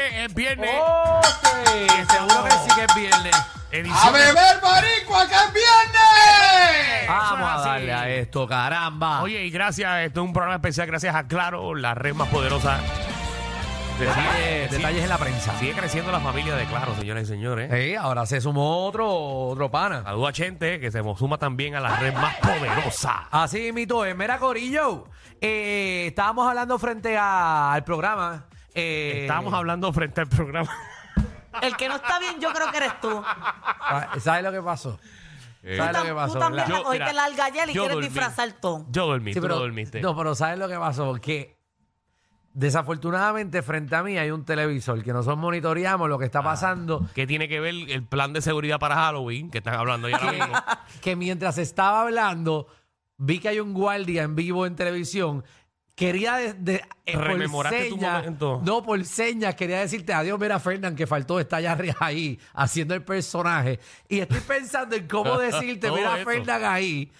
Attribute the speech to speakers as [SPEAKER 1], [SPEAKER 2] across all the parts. [SPEAKER 1] es viernes.
[SPEAKER 2] ¡Oh, sí!
[SPEAKER 1] Que seguro que sí que es viernes.
[SPEAKER 3] ¡A
[SPEAKER 1] Edición de-
[SPEAKER 3] beber, marico, que es viernes!
[SPEAKER 2] Vamos
[SPEAKER 1] Eso
[SPEAKER 2] a
[SPEAKER 1] es así.
[SPEAKER 2] darle a esto, caramba.
[SPEAKER 1] Ah, Oye, y gracias, esto es un programa especial gracias a Claro, la red más poderosa.
[SPEAKER 2] detalles,
[SPEAKER 1] Sí.
[SPEAKER 2] detalles en la prensa.
[SPEAKER 1] Sigue creciendo la familia de Claro, señoras y señores.
[SPEAKER 2] Sí, ahora se sumó otro, otro pana.
[SPEAKER 1] Saludos a Chente, que se suma también a la red más poderosa.
[SPEAKER 2] Así mito es. Mira, Corillo, eh, estábamos hablando frente a- al programa. eh,
[SPEAKER 1] Estábamos hablando frente al programa.
[SPEAKER 4] El que no está bien, yo creo que eres tú.
[SPEAKER 2] Ah, ¿Sabes lo que pasó?
[SPEAKER 4] Tú,
[SPEAKER 2] ¿Sabes
[SPEAKER 4] tam-
[SPEAKER 2] lo que pasó?
[SPEAKER 4] tú también
[SPEAKER 2] verdad?
[SPEAKER 1] Yo-
[SPEAKER 4] te cogiste
[SPEAKER 1] mira,
[SPEAKER 4] la algayela y
[SPEAKER 1] yo
[SPEAKER 4] quieres
[SPEAKER 1] dormí.
[SPEAKER 4] disfrazar todo.
[SPEAKER 1] Yo dormí,
[SPEAKER 2] Sí,
[SPEAKER 1] tú
[SPEAKER 2] pero-
[SPEAKER 1] no dormiste.
[SPEAKER 2] No, pero ¿sabes lo que pasó? Que desafortunadamente frente a mí hay un televisor que nosotros monitoreamos lo que
[SPEAKER 1] Ah.
[SPEAKER 2] está pasando.
[SPEAKER 1] ¿Qué tiene que ver el plan de seguridad para Halloween que están hablando ya ahora mismo?
[SPEAKER 2] que mientras estaba hablando, vi que hay un guardia en vivo en televisión. Quería de, de- eh, por
[SPEAKER 1] Rememoraste tu
[SPEAKER 2] señas-
[SPEAKER 1] momento.
[SPEAKER 2] no por señas, quería decirte adiós, mira Fernán que faltó está allá arriba ahí haciendo el personaje y estoy pensando en cómo decirte,
[SPEAKER 1] Todo
[SPEAKER 2] mira
[SPEAKER 1] eso.
[SPEAKER 2] Fernán ahí.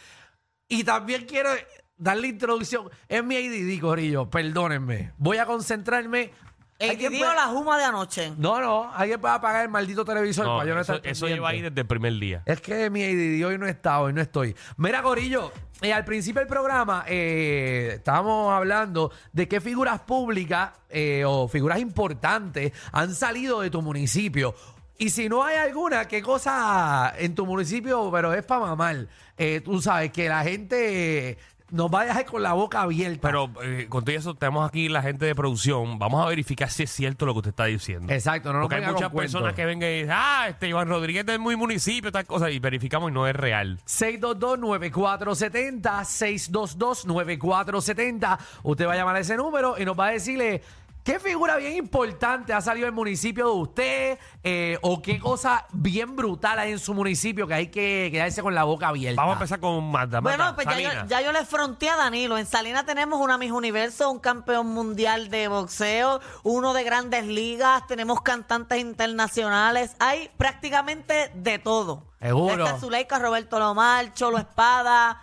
[SPEAKER 2] Y también quiero dar la introducción, es mi ADD, Corillo, perdónenme. Voy a concentrarme
[SPEAKER 4] El
[SPEAKER 2] ¿Alguien
[SPEAKER 4] video
[SPEAKER 2] puede-
[SPEAKER 4] la juma de anoche.
[SPEAKER 2] No, no, alguien va a apagar el maldito televisor
[SPEAKER 1] No,
[SPEAKER 2] para yo no
[SPEAKER 1] eso,
[SPEAKER 2] estar
[SPEAKER 1] eso lleva ahí
[SPEAKER 2] pendiente.
[SPEAKER 1] desde el primer día.
[SPEAKER 2] Es que mi ADD hoy no está, hoy no estoy. Mira, Corillo, eh, al principio del programa eh, estábamos hablando de qué figuras públicas eh, o figuras importantes han salido de tu municipio. Y si no hay alguna, qué cosa en tu municipio, pero es para mamar. Eh, tú sabes que la gente eh, nos va a dejar con la boca abierta.
[SPEAKER 1] Pero eh, con todo eso, tenemos aquí la gente de producción. Vamos a verificar si es cierto lo que usted está diciendo.
[SPEAKER 2] Exacto, no nos
[SPEAKER 1] Porque hay
[SPEAKER 2] venga
[SPEAKER 1] muchas
[SPEAKER 2] con cuentos.
[SPEAKER 1] personas que vengan y dicen, ah, este Iván Rodríguez es muy municipio, tal cosa, y verificamos y no es real.
[SPEAKER 2] 622-9470, 622-9470. Usted va a llamar a ese número y nos va a decirle qué figura bien importante ha salido del municipio de usted eh, o qué cosa bien brutal hay en su municipio que hay que quedarse con la boca abierta.
[SPEAKER 1] Vamos a empezar con Magda.
[SPEAKER 4] Bueno,
[SPEAKER 1] Magda,
[SPEAKER 4] pues ya yo,
[SPEAKER 1] Salina.
[SPEAKER 4] ya yo le fronteé a Danilo. En Salinas tenemos una Miss Universo, un campeón mundial de boxeo, uno de grandes ligas, tenemos cantantes internacionales, hay prácticamente de todo.
[SPEAKER 2] Seguro.
[SPEAKER 4] Está Zuleika, Roberto Lomar, Cholo Espada,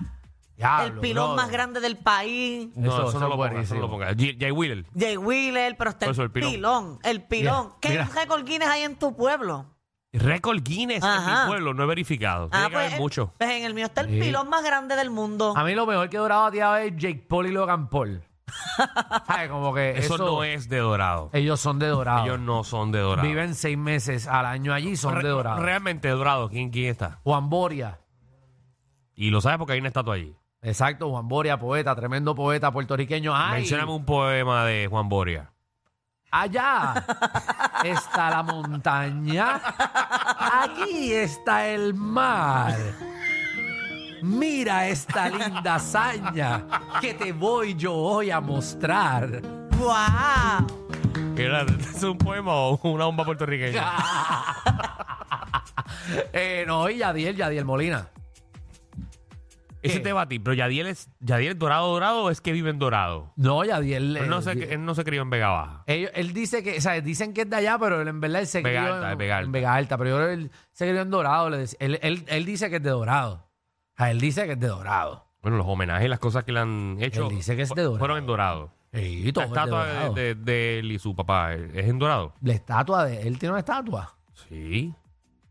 [SPEAKER 1] Ah,
[SPEAKER 2] Diablo,
[SPEAKER 4] el pilón
[SPEAKER 2] brother.
[SPEAKER 4] más grande del país.
[SPEAKER 1] No,
[SPEAKER 2] Eso-
[SPEAKER 1] eso,
[SPEAKER 2] eso
[SPEAKER 1] no
[SPEAKER 2] es
[SPEAKER 1] lo pongas, eso no lo
[SPEAKER 2] buenísimo.
[SPEAKER 1] pongas. Jay Jay Wheeler.
[SPEAKER 4] Jay Wheeler, pero está
[SPEAKER 1] Por eso,
[SPEAKER 4] el
[SPEAKER 1] el pilón.
[SPEAKER 4] pilón, el pilón.
[SPEAKER 2] Mira,
[SPEAKER 4] ¿Qué
[SPEAKER 2] mira.
[SPEAKER 4] récord Guinness hay en tu pueblo?
[SPEAKER 1] Récord Guinness en
[SPEAKER 4] Ajá.
[SPEAKER 1] mi pueblo, no he verificado.
[SPEAKER 4] Ah,
[SPEAKER 1] Tiene que haber
[SPEAKER 4] pues,
[SPEAKER 1] mucho. Ah.
[SPEAKER 4] pues en el mío está el
[SPEAKER 2] Sí.
[SPEAKER 4] pilón más grande del mundo.
[SPEAKER 2] A mí lo mejor que Dorado ha tirado es Jake Paul y Logan Paul. Ay, como que
[SPEAKER 1] Eso, no es de dorado.
[SPEAKER 2] Ellos son de Dorado.
[SPEAKER 1] Ellos no son de dorado.
[SPEAKER 2] Viven seis meses al año allí, son
[SPEAKER 1] Re-
[SPEAKER 2] de Dorado.
[SPEAKER 1] Realmente dorado. ¿Quién, ¿Quién está?
[SPEAKER 2] Juan Boria.
[SPEAKER 1] Y lo sabes porque hay una estatua allí.
[SPEAKER 2] Exacto, Juan Boria, poeta, tremendo poeta puertorriqueño. Ay,
[SPEAKER 1] Mencióname un poema de Juan Boria.
[SPEAKER 2] Allá está la montaña. Aquí está el mar. Mira esta linda hazaña que te voy yo hoy a mostrar.
[SPEAKER 4] ¡Wow!
[SPEAKER 1] Era- ¿Es un poema o una bomba puertorriqueña?
[SPEAKER 2] Eh, no, y Yadiel, Yadiel Molina.
[SPEAKER 1] Ese
[SPEAKER 2] ¿Qué?
[SPEAKER 1] te va a ti. Pero Yadiel es, Yadiel es dorado dorado o es que vive en dorado.
[SPEAKER 2] No, Yadiel.
[SPEAKER 1] Él no,
[SPEAKER 2] eh,
[SPEAKER 1] se,
[SPEAKER 2] di-
[SPEAKER 1] él no se crió en Vega Baja.
[SPEAKER 2] ellos- él dice que, o sea, dicen que es de allá, pero él en verdad él se
[SPEAKER 1] Vega
[SPEAKER 2] crió
[SPEAKER 1] Alta,
[SPEAKER 2] en,
[SPEAKER 1] de Vega Alta.
[SPEAKER 2] en Vega Alta, pero yo creo que él se crió en Dorado. le dec- él, él- él dice que es de Dorado. O sea, él dice que es de Dorado.
[SPEAKER 1] Bueno, los homenajes, las cosas que le han hecho.
[SPEAKER 2] Él dice que es
[SPEAKER 1] fu-
[SPEAKER 2] de dorado.
[SPEAKER 1] Fueron en dorado.
[SPEAKER 2] Sí, todo
[SPEAKER 1] La
[SPEAKER 2] es de
[SPEAKER 1] estatua de,
[SPEAKER 2] Dorado.
[SPEAKER 1] de- de él y su papá ¿es en dorado?
[SPEAKER 2] La estatua de él tiene una estatua.
[SPEAKER 1] Sí.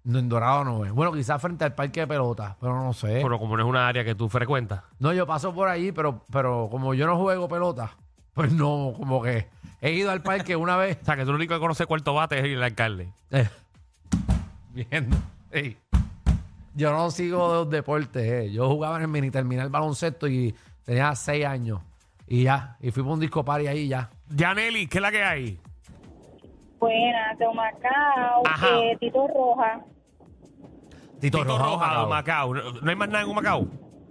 [SPEAKER 2] No, en Dorado no es. Bueno, quizás frente al parque de pelotas, pero no sé.
[SPEAKER 1] Pero como no es una área que tú frecuentas.
[SPEAKER 2] No, yo paso por ahí, pero, pero como yo no juego pelota, pues no, como que he ido al parque una vez.
[SPEAKER 1] O sea, que tú lo único que conoces cuarto bate es el alcalde.
[SPEAKER 2] eh, viendo. Ey. Yo no sigo los deportes. eh. Yo jugaba en el mini terminal baloncesto y tenía seis años. Y ya, y fui por un disco party ahí y ya.
[SPEAKER 1] Janelli, ¿qué es la que hay?
[SPEAKER 5] Buenas, de Humacao,
[SPEAKER 1] Ajá.
[SPEAKER 5] eh, Tito Roja.
[SPEAKER 2] Tito,
[SPEAKER 1] Roja,
[SPEAKER 2] Macao.
[SPEAKER 1] Macao. No, no hay más nada en Macao.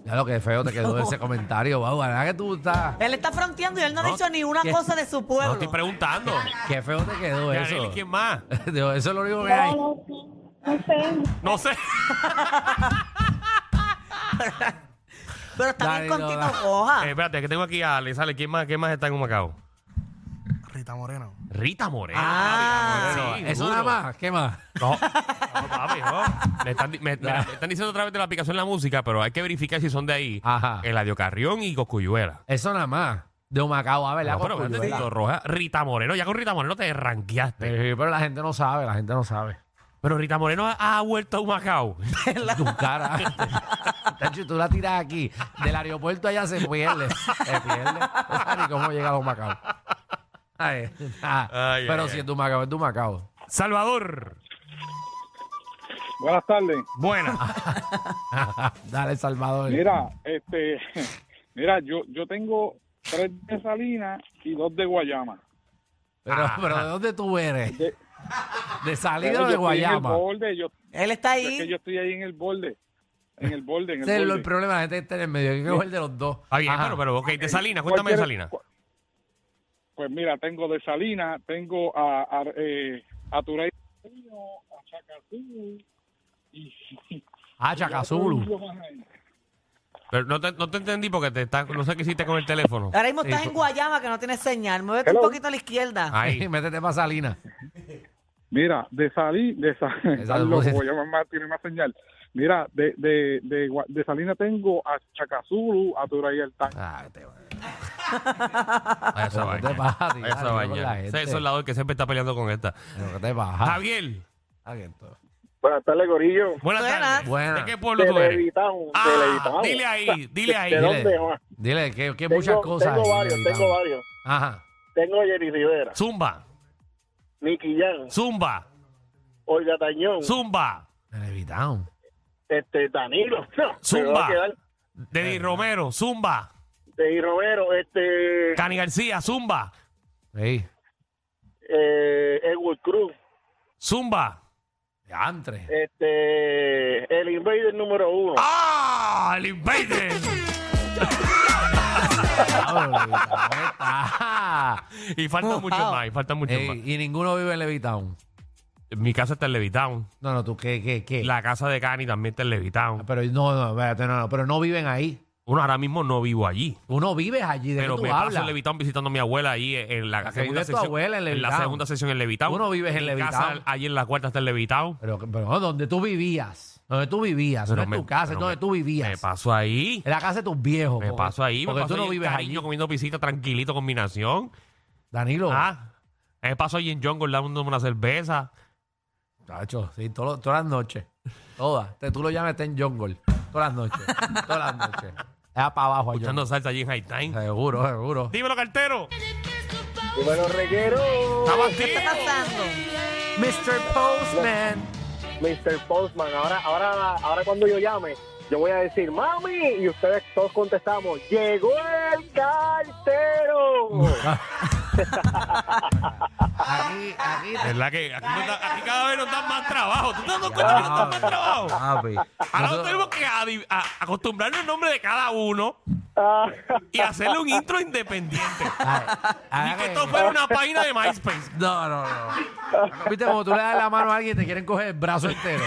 [SPEAKER 2] Ya lo que feo te quedó ese comentario, Bau. La verdad que tú estás.
[SPEAKER 4] Él está fronteando y él no, ha
[SPEAKER 1] No,
[SPEAKER 4] dicho ni una
[SPEAKER 2] ¿qué?
[SPEAKER 4] cosa de su
[SPEAKER 1] No
[SPEAKER 4] pueblo.
[SPEAKER 1] estoy preguntando.
[SPEAKER 2] Qué feo te quedó
[SPEAKER 1] Janelli,
[SPEAKER 2] eso.
[SPEAKER 1] ¿quién más?
[SPEAKER 2] Digo, eso es lo único que hay.
[SPEAKER 5] No, no, no sé.
[SPEAKER 1] No sé. Eh,
[SPEAKER 4] pero está bien
[SPEAKER 2] Danilo,
[SPEAKER 4] con Tito
[SPEAKER 2] da-
[SPEAKER 4] Roja.
[SPEAKER 1] Eh, espérate, que tengo aquí a Ale. Sale, ¿quién más, ¿quién más está en Macao?
[SPEAKER 6] Rita Moreno.
[SPEAKER 1] Rita Moreno.
[SPEAKER 4] Ah,
[SPEAKER 1] Rita Moreno,
[SPEAKER 2] Eso
[SPEAKER 1] duro.
[SPEAKER 2] nada más, ¿qué más?
[SPEAKER 1] No, no, papi, no. Me están, di- me- mira, me están diciendo otra vez de la aplicación la música, pero hay que verificar si son de ahí.
[SPEAKER 2] Ajá.
[SPEAKER 1] Eladio Carrión y Coscuyuela.
[SPEAKER 2] Eso nada más. de Humacao, ah, ¿verdad?
[SPEAKER 1] No, pero
[SPEAKER 2] Con Cuyo,
[SPEAKER 1] espérate, Tito
[SPEAKER 2] ¿verdad?
[SPEAKER 1] Roja. Rita Moreno, ya con Rita Moreno te ranqueaste.
[SPEAKER 2] Sí, pero la gente no sabe, la gente no sabe.
[SPEAKER 1] Pero Rita Moreno ha ha vuelto a un Macao.
[SPEAKER 2] Tu cara. Tacho, tú la tiras aquí. Del aeropuerto allá se pierde. Se pierde. No sabe ni cómo llega a Humacao. Ay, nada.
[SPEAKER 1] Ay,
[SPEAKER 2] Ah, pero
[SPEAKER 1] ay,
[SPEAKER 2] si
[SPEAKER 1] ay.
[SPEAKER 2] es de Humacao, es de Humacao.
[SPEAKER 1] Salvador.
[SPEAKER 7] Buenas tardes.
[SPEAKER 1] Buena.
[SPEAKER 2] Dale, Salvador.
[SPEAKER 7] Mira, este, mira, yo, yo tengo tres de Salinas y dos de Guayama.
[SPEAKER 2] Pero, pero ¿de dónde tú eres?
[SPEAKER 7] De-
[SPEAKER 2] ¿De
[SPEAKER 7] Pero
[SPEAKER 2] salida o de
[SPEAKER 7] yo estoy en el
[SPEAKER 2] Guayama?
[SPEAKER 7] borde, yo,
[SPEAKER 4] Él está
[SPEAKER 7] es que
[SPEAKER 4] ahí.
[SPEAKER 7] yo estoy ahí en el borde, en el borde, en el
[SPEAKER 2] Ese es el,
[SPEAKER 7] borde.
[SPEAKER 2] problema, la gente que está en el medio. Hay que coger de los dos.
[SPEAKER 1] Está Ah, bien,
[SPEAKER 2] Ajá.
[SPEAKER 1] pero, pero, ok, de Salina, cuéntame de
[SPEAKER 7] Cualquier-
[SPEAKER 1] Salina.
[SPEAKER 7] cu- Pues mira, tengo de Salinas, tengo a, a, eh, a Turey, a Chacazú y...
[SPEAKER 2] Ah,
[SPEAKER 7] y
[SPEAKER 2] Chacazulu.
[SPEAKER 7] otro más ahí.
[SPEAKER 1] Pero no, te, no te entendí porque te está, no sé qué hiciste con el teléfono.
[SPEAKER 4] Ahora mismo estás
[SPEAKER 2] Sí,
[SPEAKER 4] en
[SPEAKER 1] pues.
[SPEAKER 4] Guayama que no tienes señal. Muévete
[SPEAKER 7] Hello.
[SPEAKER 4] un poquito a la izquierda.
[SPEAKER 1] Ahí.
[SPEAKER 2] Métete para Salina.
[SPEAKER 7] Mira, de salir, de salir,
[SPEAKER 2] Esa es buena.
[SPEAKER 7] más, tiene más señal. Mira, de, de, de, Gua- de Salina tengo a Chacazulu, a Turay Altán.
[SPEAKER 2] Ah, te va.
[SPEAKER 1] Ahí esa
[SPEAKER 2] Pero no te
[SPEAKER 1] vaina.
[SPEAKER 2] vas a
[SPEAKER 1] Ahí
[SPEAKER 2] tirar
[SPEAKER 1] esa
[SPEAKER 2] con la
[SPEAKER 1] vaina.
[SPEAKER 2] gente. Ah.
[SPEAKER 1] Ese soldador que siempre está peleando con esta.
[SPEAKER 2] Pero que te baja.
[SPEAKER 1] Javier.
[SPEAKER 8] Buenas tardes, Gorillo.
[SPEAKER 1] Buenas
[SPEAKER 4] Buenas.
[SPEAKER 1] tardes.
[SPEAKER 2] Buenas.
[SPEAKER 1] ¿De qué pueblo
[SPEAKER 8] De
[SPEAKER 1] tú eres?
[SPEAKER 8] Levitown, de
[SPEAKER 1] Ah,
[SPEAKER 8] Levitown.
[SPEAKER 1] dile ahí, dile ahí.
[SPEAKER 8] ¿De dónde, Juan?
[SPEAKER 2] Dile que, que
[SPEAKER 8] Tengo-
[SPEAKER 2] muchas cosas.
[SPEAKER 8] Tengo
[SPEAKER 2] ahí,
[SPEAKER 8] varios,
[SPEAKER 2] Levitown.
[SPEAKER 8] tengo varios.
[SPEAKER 2] Ajá.
[SPEAKER 8] Tengo a Jerry Rivera,
[SPEAKER 1] Zumba,
[SPEAKER 8] Nicky Jan,
[SPEAKER 1] zumba,
[SPEAKER 8] Olga Tañón,
[SPEAKER 1] zumba,
[SPEAKER 2] De Levitown.
[SPEAKER 8] este, Danilo. Se va
[SPEAKER 1] zumba.
[SPEAKER 8] a quedar. Eh.
[SPEAKER 1] Deddy Romero, zumba.
[SPEAKER 8] De Romero, este,
[SPEAKER 1] Cani García, zumba,
[SPEAKER 2] Sí.
[SPEAKER 8] eh, Edward Cruz,
[SPEAKER 1] zumba.
[SPEAKER 2] De antre.
[SPEAKER 8] este, el Invader número uno.
[SPEAKER 1] ¡Ah! ¡El Invader! y faltan
[SPEAKER 4] Wow.
[SPEAKER 1] muchos más, y faltan muchos más.
[SPEAKER 2] y ninguno vive en Levitown.
[SPEAKER 1] Mi casa está en Levitown.
[SPEAKER 2] No, no, tú, ¿qué, qué, qué?
[SPEAKER 1] La casa de Cani también está en Levitown.
[SPEAKER 2] Ah, Pero no, no, espérate, no, no, pero no viven ahí.
[SPEAKER 1] Uno ahora mismo no vivo allí.
[SPEAKER 2] Uno vive allí, ¿de
[SPEAKER 1] Pero
[SPEAKER 2] qué
[SPEAKER 1] me
[SPEAKER 2] tú
[SPEAKER 1] paso
[SPEAKER 2] hablas?
[SPEAKER 1] en Levitown visitando a mi abuela ahí en la,
[SPEAKER 2] La que
[SPEAKER 1] segunda
[SPEAKER 2] vive tu
[SPEAKER 1] sesión.
[SPEAKER 2] abuela en
[SPEAKER 1] la
[SPEAKER 2] Levitown.
[SPEAKER 1] segunda sesión en Levitown.
[SPEAKER 2] Tú no vives en
[SPEAKER 1] Mi
[SPEAKER 2] Levitown.
[SPEAKER 1] casa allí en la cuarta está en Levitown.
[SPEAKER 2] Pero, pero donde tú vivías, donde tú vivías,
[SPEAKER 1] Pero
[SPEAKER 2] no
[SPEAKER 1] me-
[SPEAKER 2] es tu casa, es
[SPEAKER 1] pero
[SPEAKER 2] donde
[SPEAKER 1] me-
[SPEAKER 2] tú vivías.
[SPEAKER 1] Me paso ahí.
[SPEAKER 2] En la casa de tus viejos.
[SPEAKER 1] Me
[SPEAKER 2] porque-
[SPEAKER 1] paso ahí.
[SPEAKER 2] Porque
[SPEAKER 1] me paso
[SPEAKER 2] tú no vives allí.
[SPEAKER 1] cariño, comiendo pisita tranquilito con mi nación.
[SPEAKER 2] Danilo.
[SPEAKER 1] Ah, me paso allí en Jungle dándome una cerveza.
[SPEAKER 2] Chacho, sí, todo lo- todas las noches. Todas. Te- tú lo llamas está en Jungle. Todas las noches. todas las noches. Era para abajo. a
[SPEAKER 1] Echando salsa allí en High Time.
[SPEAKER 2] Jungle. Seguro, seguro.
[SPEAKER 1] Dímelo, cartero.
[SPEAKER 8] Número reguero,
[SPEAKER 1] Estaba
[SPEAKER 4] ¿Qué está pasando?
[SPEAKER 2] Mr. Postman.
[SPEAKER 8] Mr. Postman. Ahora, ahora, ahora cuando yo llame, yo voy a decir, mami, y ustedes todos contestamos, llegó el cartero.
[SPEAKER 2] Aquí, aquí. te-
[SPEAKER 1] ¿Verdad que aquí, nos da- aquí cada vez nos dan más trabajo? ¿Tú te das cuenta que nos dan más trabajo?
[SPEAKER 2] Papi.
[SPEAKER 1] Ahora
[SPEAKER 2] Nosotros-
[SPEAKER 1] tenemos que adi- a- acostumbrarnos el nombre de cada uno
[SPEAKER 8] Ah.
[SPEAKER 1] y hacerle un intro independiente.
[SPEAKER 2] Ay,
[SPEAKER 1] Y
[SPEAKER 2] ahora
[SPEAKER 1] que
[SPEAKER 2] que-
[SPEAKER 1] esto fuera una página de MySpace.
[SPEAKER 2] No, no, no. Viste como tú le das la mano a alguien y te quieren coger el brazo entero.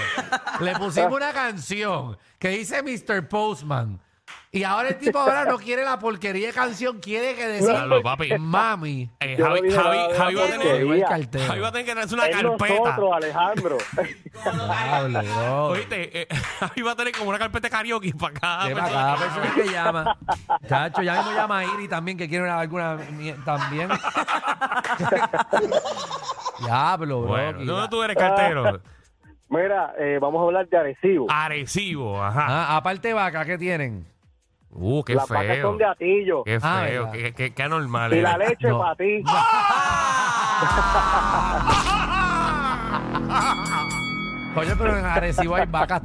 [SPEAKER 2] Le pusimos una canción que dice Mr. Postman. Y ahora el tipo ahora no quiere la porquería de canción, quiere que decía
[SPEAKER 1] Claro, papi.
[SPEAKER 2] mami.
[SPEAKER 1] Eh,
[SPEAKER 8] Yo no
[SPEAKER 1] Javi,
[SPEAKER 8] dije nada
[SPEAKER 1] Javi,
[SPEAKER 8] de
[SPEAKER 1] Javi va a
[SPEAKER 8] la
[SPEAKER 1] tener,
[SPEAKER 8] porquería.
[SPEAKER 2] Llegó el cartero.
[SPEAKER 1] Javi va a tener que traerse una
[SPEAKER 8] Es
[SPEAKER 1] carpeta.
[SPEAKER 8] nosotros, Alejandro.
[SPEAKER 2] Diablo, bro.
[SPEAKER 1] Oíste, ah, pues, eh, Javi va a tener como una carpeta de karaoke para cada
[SPEAKER 2] Lleva
[SPEAKER 1] persona.
[SPEAKER 2] cada persona pues, que llama. Chacho, ya mismo llama a Iri también, que quiere alguna mie- también. Diablo, bro.
[SPEAKER 1] Bueno,
[SPEAKER 2] quizá.
[SPEAKER 1] ¿dónde tú eres cartero?
[SPEAKER 8] Mira, eh, vamos a hablar de Arecibo.
[SPEAKER 1] Ah, Arecibo, ajá.
[SPEAKER 2] Ah, aparte vaca, ¿qué tienen?
[SPEAKER 1] Uh, qué
[SPEAKER 8] Las vacas
[SPEAKER 1] feo.
[SPEAKER 8] son gatillos.
[SPEAKER 1] Qué
[SPEAKER 2] Ah,
[SPEAKER 1] feo,
[SPEAKER 2] ¿verdad?
[SPEAKER 1] qué, qué, qué anormal.
[SPEAKER 8] Y
[SPEAKER 1] era.
[SPEAKER 8] la leche
[SPEAKER 2] No.
[SPEAKER 8] para ti.
[SPEAKER 2] Oye, pero en Arecibo hay vacas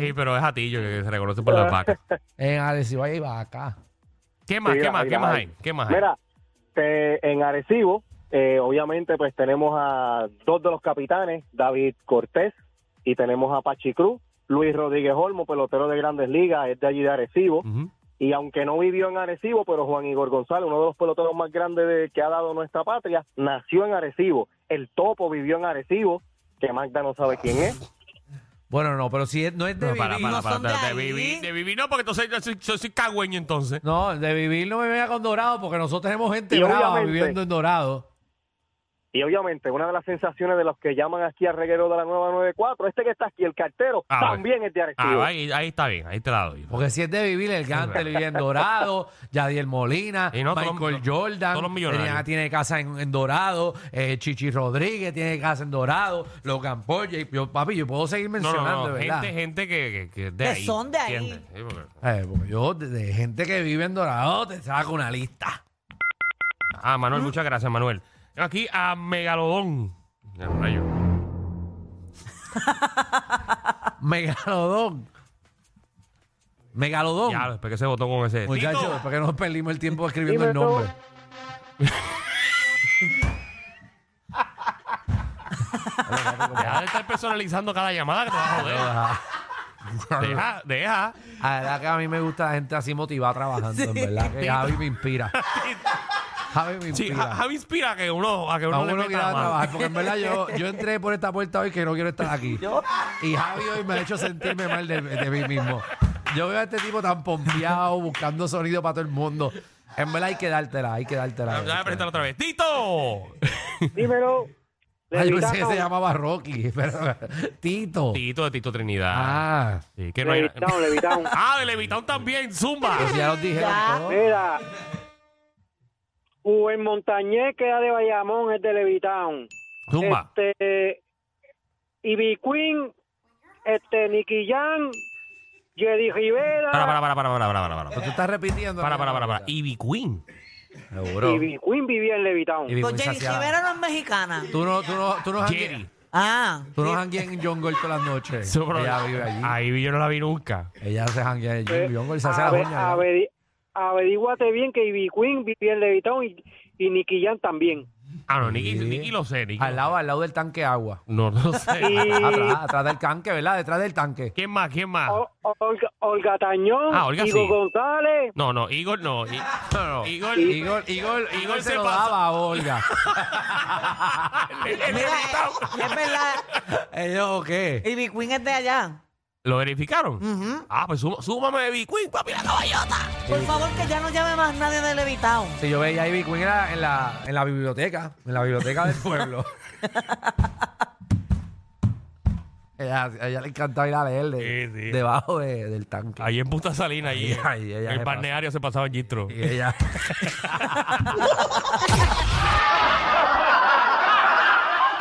[SPEAKER 1] Sí, pero es atillo que se reconoce
[SPEAKER 8] Ah.
[SPEAKER 1] por las vacas.
[SPEAKER 2] En Arecibo hay vaca.
[SPEAKER 1] ¿Qué más,
[SPEAKER 8] Sí,
[SPEAKER 1] qué
[SPEAKER 8] las-
[SPEAKER 1] más,
[SPEAKER 8] y
[SPEAKER 1] qué
[SPEAKER 8] las
[SPEAKER 1] más
[SPEAKER 8] hay.
[SPEAKER 1] hay? ¿Qué más hay?
[SPEAKER 8] Mira, te- en Arecibo, eh, obviamente, pues tenemos a dos de los capitanes, David Cortés, y tenemos a Pachi Cruz, Luis Rodríguez Olmo, pelotero de Grandes Ligas, es de allí de Arecibo,
[SPEAKER 1] Ujú.
[SPEAKER 8] y aunque no vivió en Arecibo, pero Juan Igor González, uno de los peloteros más grandes de- que ha dado nuestra patria, nació en Arecibo. El Topo vivió en Arecibo, que Magda no sabe quién es.
[SPEAKER 2] Bueno, no, pero si es- no es de
[SPEAKER 1] No,
[SPEAKER 2] vivir.
[SPEAKER 1] para, para,
[SPEAKER 4] no
[SPEAKER 1] para,
[SPEAKER 4] son de
[SPEAKER 1] para, de
[SPEAKER 4] ahí.
[SPEAKER 1] vivir, de vivir no, porque entonces yo soy, yo soy cagüeño entonces.
[SPEAKER 2] No, de vivir no me venga con Dorado, porque nosotros tenemos gente
[SPEAKER 8] Y
[SPEAKER 2] brava
[SPEAKER 8] obviamente-
[SPEAKER 2] viviendo en Dorado.
[SPEAKER 8] Y obviamente, una de las sensaciones de los que llaman aquí al reguero de la nueva 94, este que está aquí, el cartero,
[SPEAKER 1] Ah, bueno.
[SPEAKER 8] también es de
[SPEAKER 1] Ah,
[SPEAKER 8] Arecibo.
[SPEAKER 1] ahí, ahí está bien, ahí te la doy.
[SPEAKER 2] Porque si es de vivir el Gante, el en Dorado, Yadiel Molina,
[SPEAKER 1] Y no, todos
[SPEAKER 2] Michael
[SPEAKER 1] los-
[SPEAKER 2] Jordan,
[SPEAKER 1] todos los millonarios.
[SPEAKER 2] tenía- tiene casa en, en Dorado, eh, Chichi Rodríguez tiene casa en Dorado, Logan Paul, Jay- yo, papi, yo puedo seguir
[SPEAKER 1] No,
[SPEAKER 2] mencionando,
[SPEAKER 1] no, no,
[SPEAKER 2] ¿verdad?
[SPEAKER 1] gente, gente que, que, que es de
[SPEAKER 4] Que
[SPEAKER 1] ahí.
[SPEAKER 4] son de ahí.
[SPEAKER 1] ¿entiendes? Sí, porque-
[SPEAKER 2] Eh, porque yo, de, de gente que vive en Dorado, te saco una lista.
[SPEAKER 1] Ah, Manuel, muchas gracias, Manuel. Tengo aquí a Megalodón. Ya, rayo.
[SPEAKER 2] Megalodón. Megalodón.
[SPEAKER 1] Ya, después que se votó con ese.
[SPEAKER 2] Muchachos,
[SPEAKER 1] Tito.
[SPEAKER 2] porque nos perdimos el tiempo escribiendo el nombre.
[SPEAKER 1] Deja de estar personalizando cada llamada que te vas a joder. Deja, deja.
[SPEAKER 2] La verdad que a mí me gusta la gente así motivada trabajando, en verdad. Que Javi me inspira. Javi me
[SPEAKER 1] Sí,
[SPEAKER 2] inspira.
[SPEAKER 1] Ja- Javi inspira a que uno, a que uno
[SPEAKER 2] a
[SPEAKER 1] le
[SPEAKER 2] uno que
[SPEAKER 1] meta
[SPEAKER 2] va a
[SPEAKER 1] la mano.
[SPEAKER 2] trabajar, porque en verdad yo, yo entré por esta puerta hoy que no quiero estar aquí. Y Javi hoy me ha hecho sentirme mal de, de mí mismo. Yo veo a este tipo tan pompeado, buscando sonido para todo el mundo. En verdad hay que dártela, hay que dártela.
[SPEAKER 1] Ya, ya, apriétalo otra vez. ¡Tito!
[SPEAKER 8] Dímelo.
[SPEAKER 1] pues,
[SPEAKER 2] Ah, yo pensé que
[SPEAKER 8] Levitano,
[SPEAKER 2] se llamaba Rocky, pero Tito.
[SPEAKER 1] Tito de Tito Trinidad.
[SPEAKER 2] Ah,
[SPEAKER 1] Sí, que no hay-
[SPEAKER 8] Levitano, Levitano.
[SPEAKER 1] Ah, de Levitown también, Zumba.
[SPEAKER 2] pues ya los dijeron
[SPEAKER 4] Ya.
[SPEAKER 2] todos.
[SPEAKER 8] Mira, Rubén Montañez, que era de Bayamón, es de Levitown.
[SPEAKER 1] Zumba.
[SPEAKER 8] Este, Ivy Queen, este, Nicky Jan, Jerry Rivera,
[SPEAKER 1] Para, para, para, para, para, para, para,
[SPEAKER 2] Pero
[SPEAKER 1] para.
[SPEAKER 2] Pues tú estás repitiendo.
[SPEAKER 1] Para,
[SPEAKER 2] ¿no?
[SPEAKER 1] para, para, para. Ivy Queen.
[SPEAKER 2] Seguro.
[SPEAKER 8] Ivy Queen vivía en Levitown.
[SPEAKER 2] Y
[SPEAKER 4] Pues
[SPEAKER 2] muy
[SPEAKER 4] Jenny
[SPEAKER 2] saciada.
[SPEAKER 4] Rivera no es mexicana.
[SPEAKER 2] Tú no, tú no, tú no
[SPEAKER 1] Jerry.
[SPEAKER 2] jangueas.
[SPEAKER 4] Ah.
[SPEAKER 2] Tú no jangueas en John Gold todas las noches.
[SPEAKER 1] Su pro-
[SPEAKER 2] Ella vive allí.
[SPEAKER 1] A Ivy yo no la vi nunca.
[SPEAKER 2] Ella se janguea en
[SPEAKER 8] Eh,
[SPEAKER 4] Pues,
[SPEAKER 2] John John Gold. Se hace la
[SPEAKER 8] ave-
[SPEAKER 2] doña, ¿verdad?
[SPEAKER 8] averi- Averíguate bien que Ivy Queen vivía en Levitown y, y Nicky Jan también.
[SPEAKER 1] Ah, no, Nicky,
[SPEAKER 2] Sí.
[SPEAKER 1] Nicky lo sé, Nicky.
[SPEAKER 2] Al lado, al lado del tanque agua.
[SPEAKER 1] No lo sé.
[SPEAKER 2] Atrás, atrás del tanque, ¿verdad? Detrás del tanque.
[SPEAKER 1] ¿Quién más? ¿Quién más?
[SPEAKER 8] O- Olga, Olga Tañón,
[SPEAKER 1] Ah, Olga
[SPEAKER 8] Igor
[SPEAKER 1] sí.
[SPEAKER 8] González,
[SPEAKER 1] No, no, Igor no. I- Igor.
[SPEAKER 2] Igor, Igor, Igor se lo
[SPEAKER 1] pasó.
[SPEAKER 2] daba a Olga.
[SPEAKER 4] Mira, eh, es, es verdad.
[SPEAKER 2] ¿Ellos qué?
[SPEAKER 4] Ivy Queen es de allá.
[SPEAKER 1] ¿Lo verificaron? Ah, pues suma- súmame Ivy Queen, papi, la caballota.
[SPEAKER 4] Por favor, que ya no llame más nadie de Levitown.
[SPEAKER 2] Si yo veía a Ivy Queen era en la, en la biblioteca, en la biblioteca del pueblo. ella, a ella le encantaba ir a leer de-
[SPEAKER 1] Sí, sí.
[SPEAKER 2] debajo de- del tanque.
[SPEAKER 1] Ahí en Punta Salina, ahí.
[SPEAKER 2] Ay, ay, ay, ay,
[SPEAKER 1] el
[SPEAKER 2] se
[SPEAKER 1] balneario se pasaba en Gistro.
[SPEAKER 2] Y ella...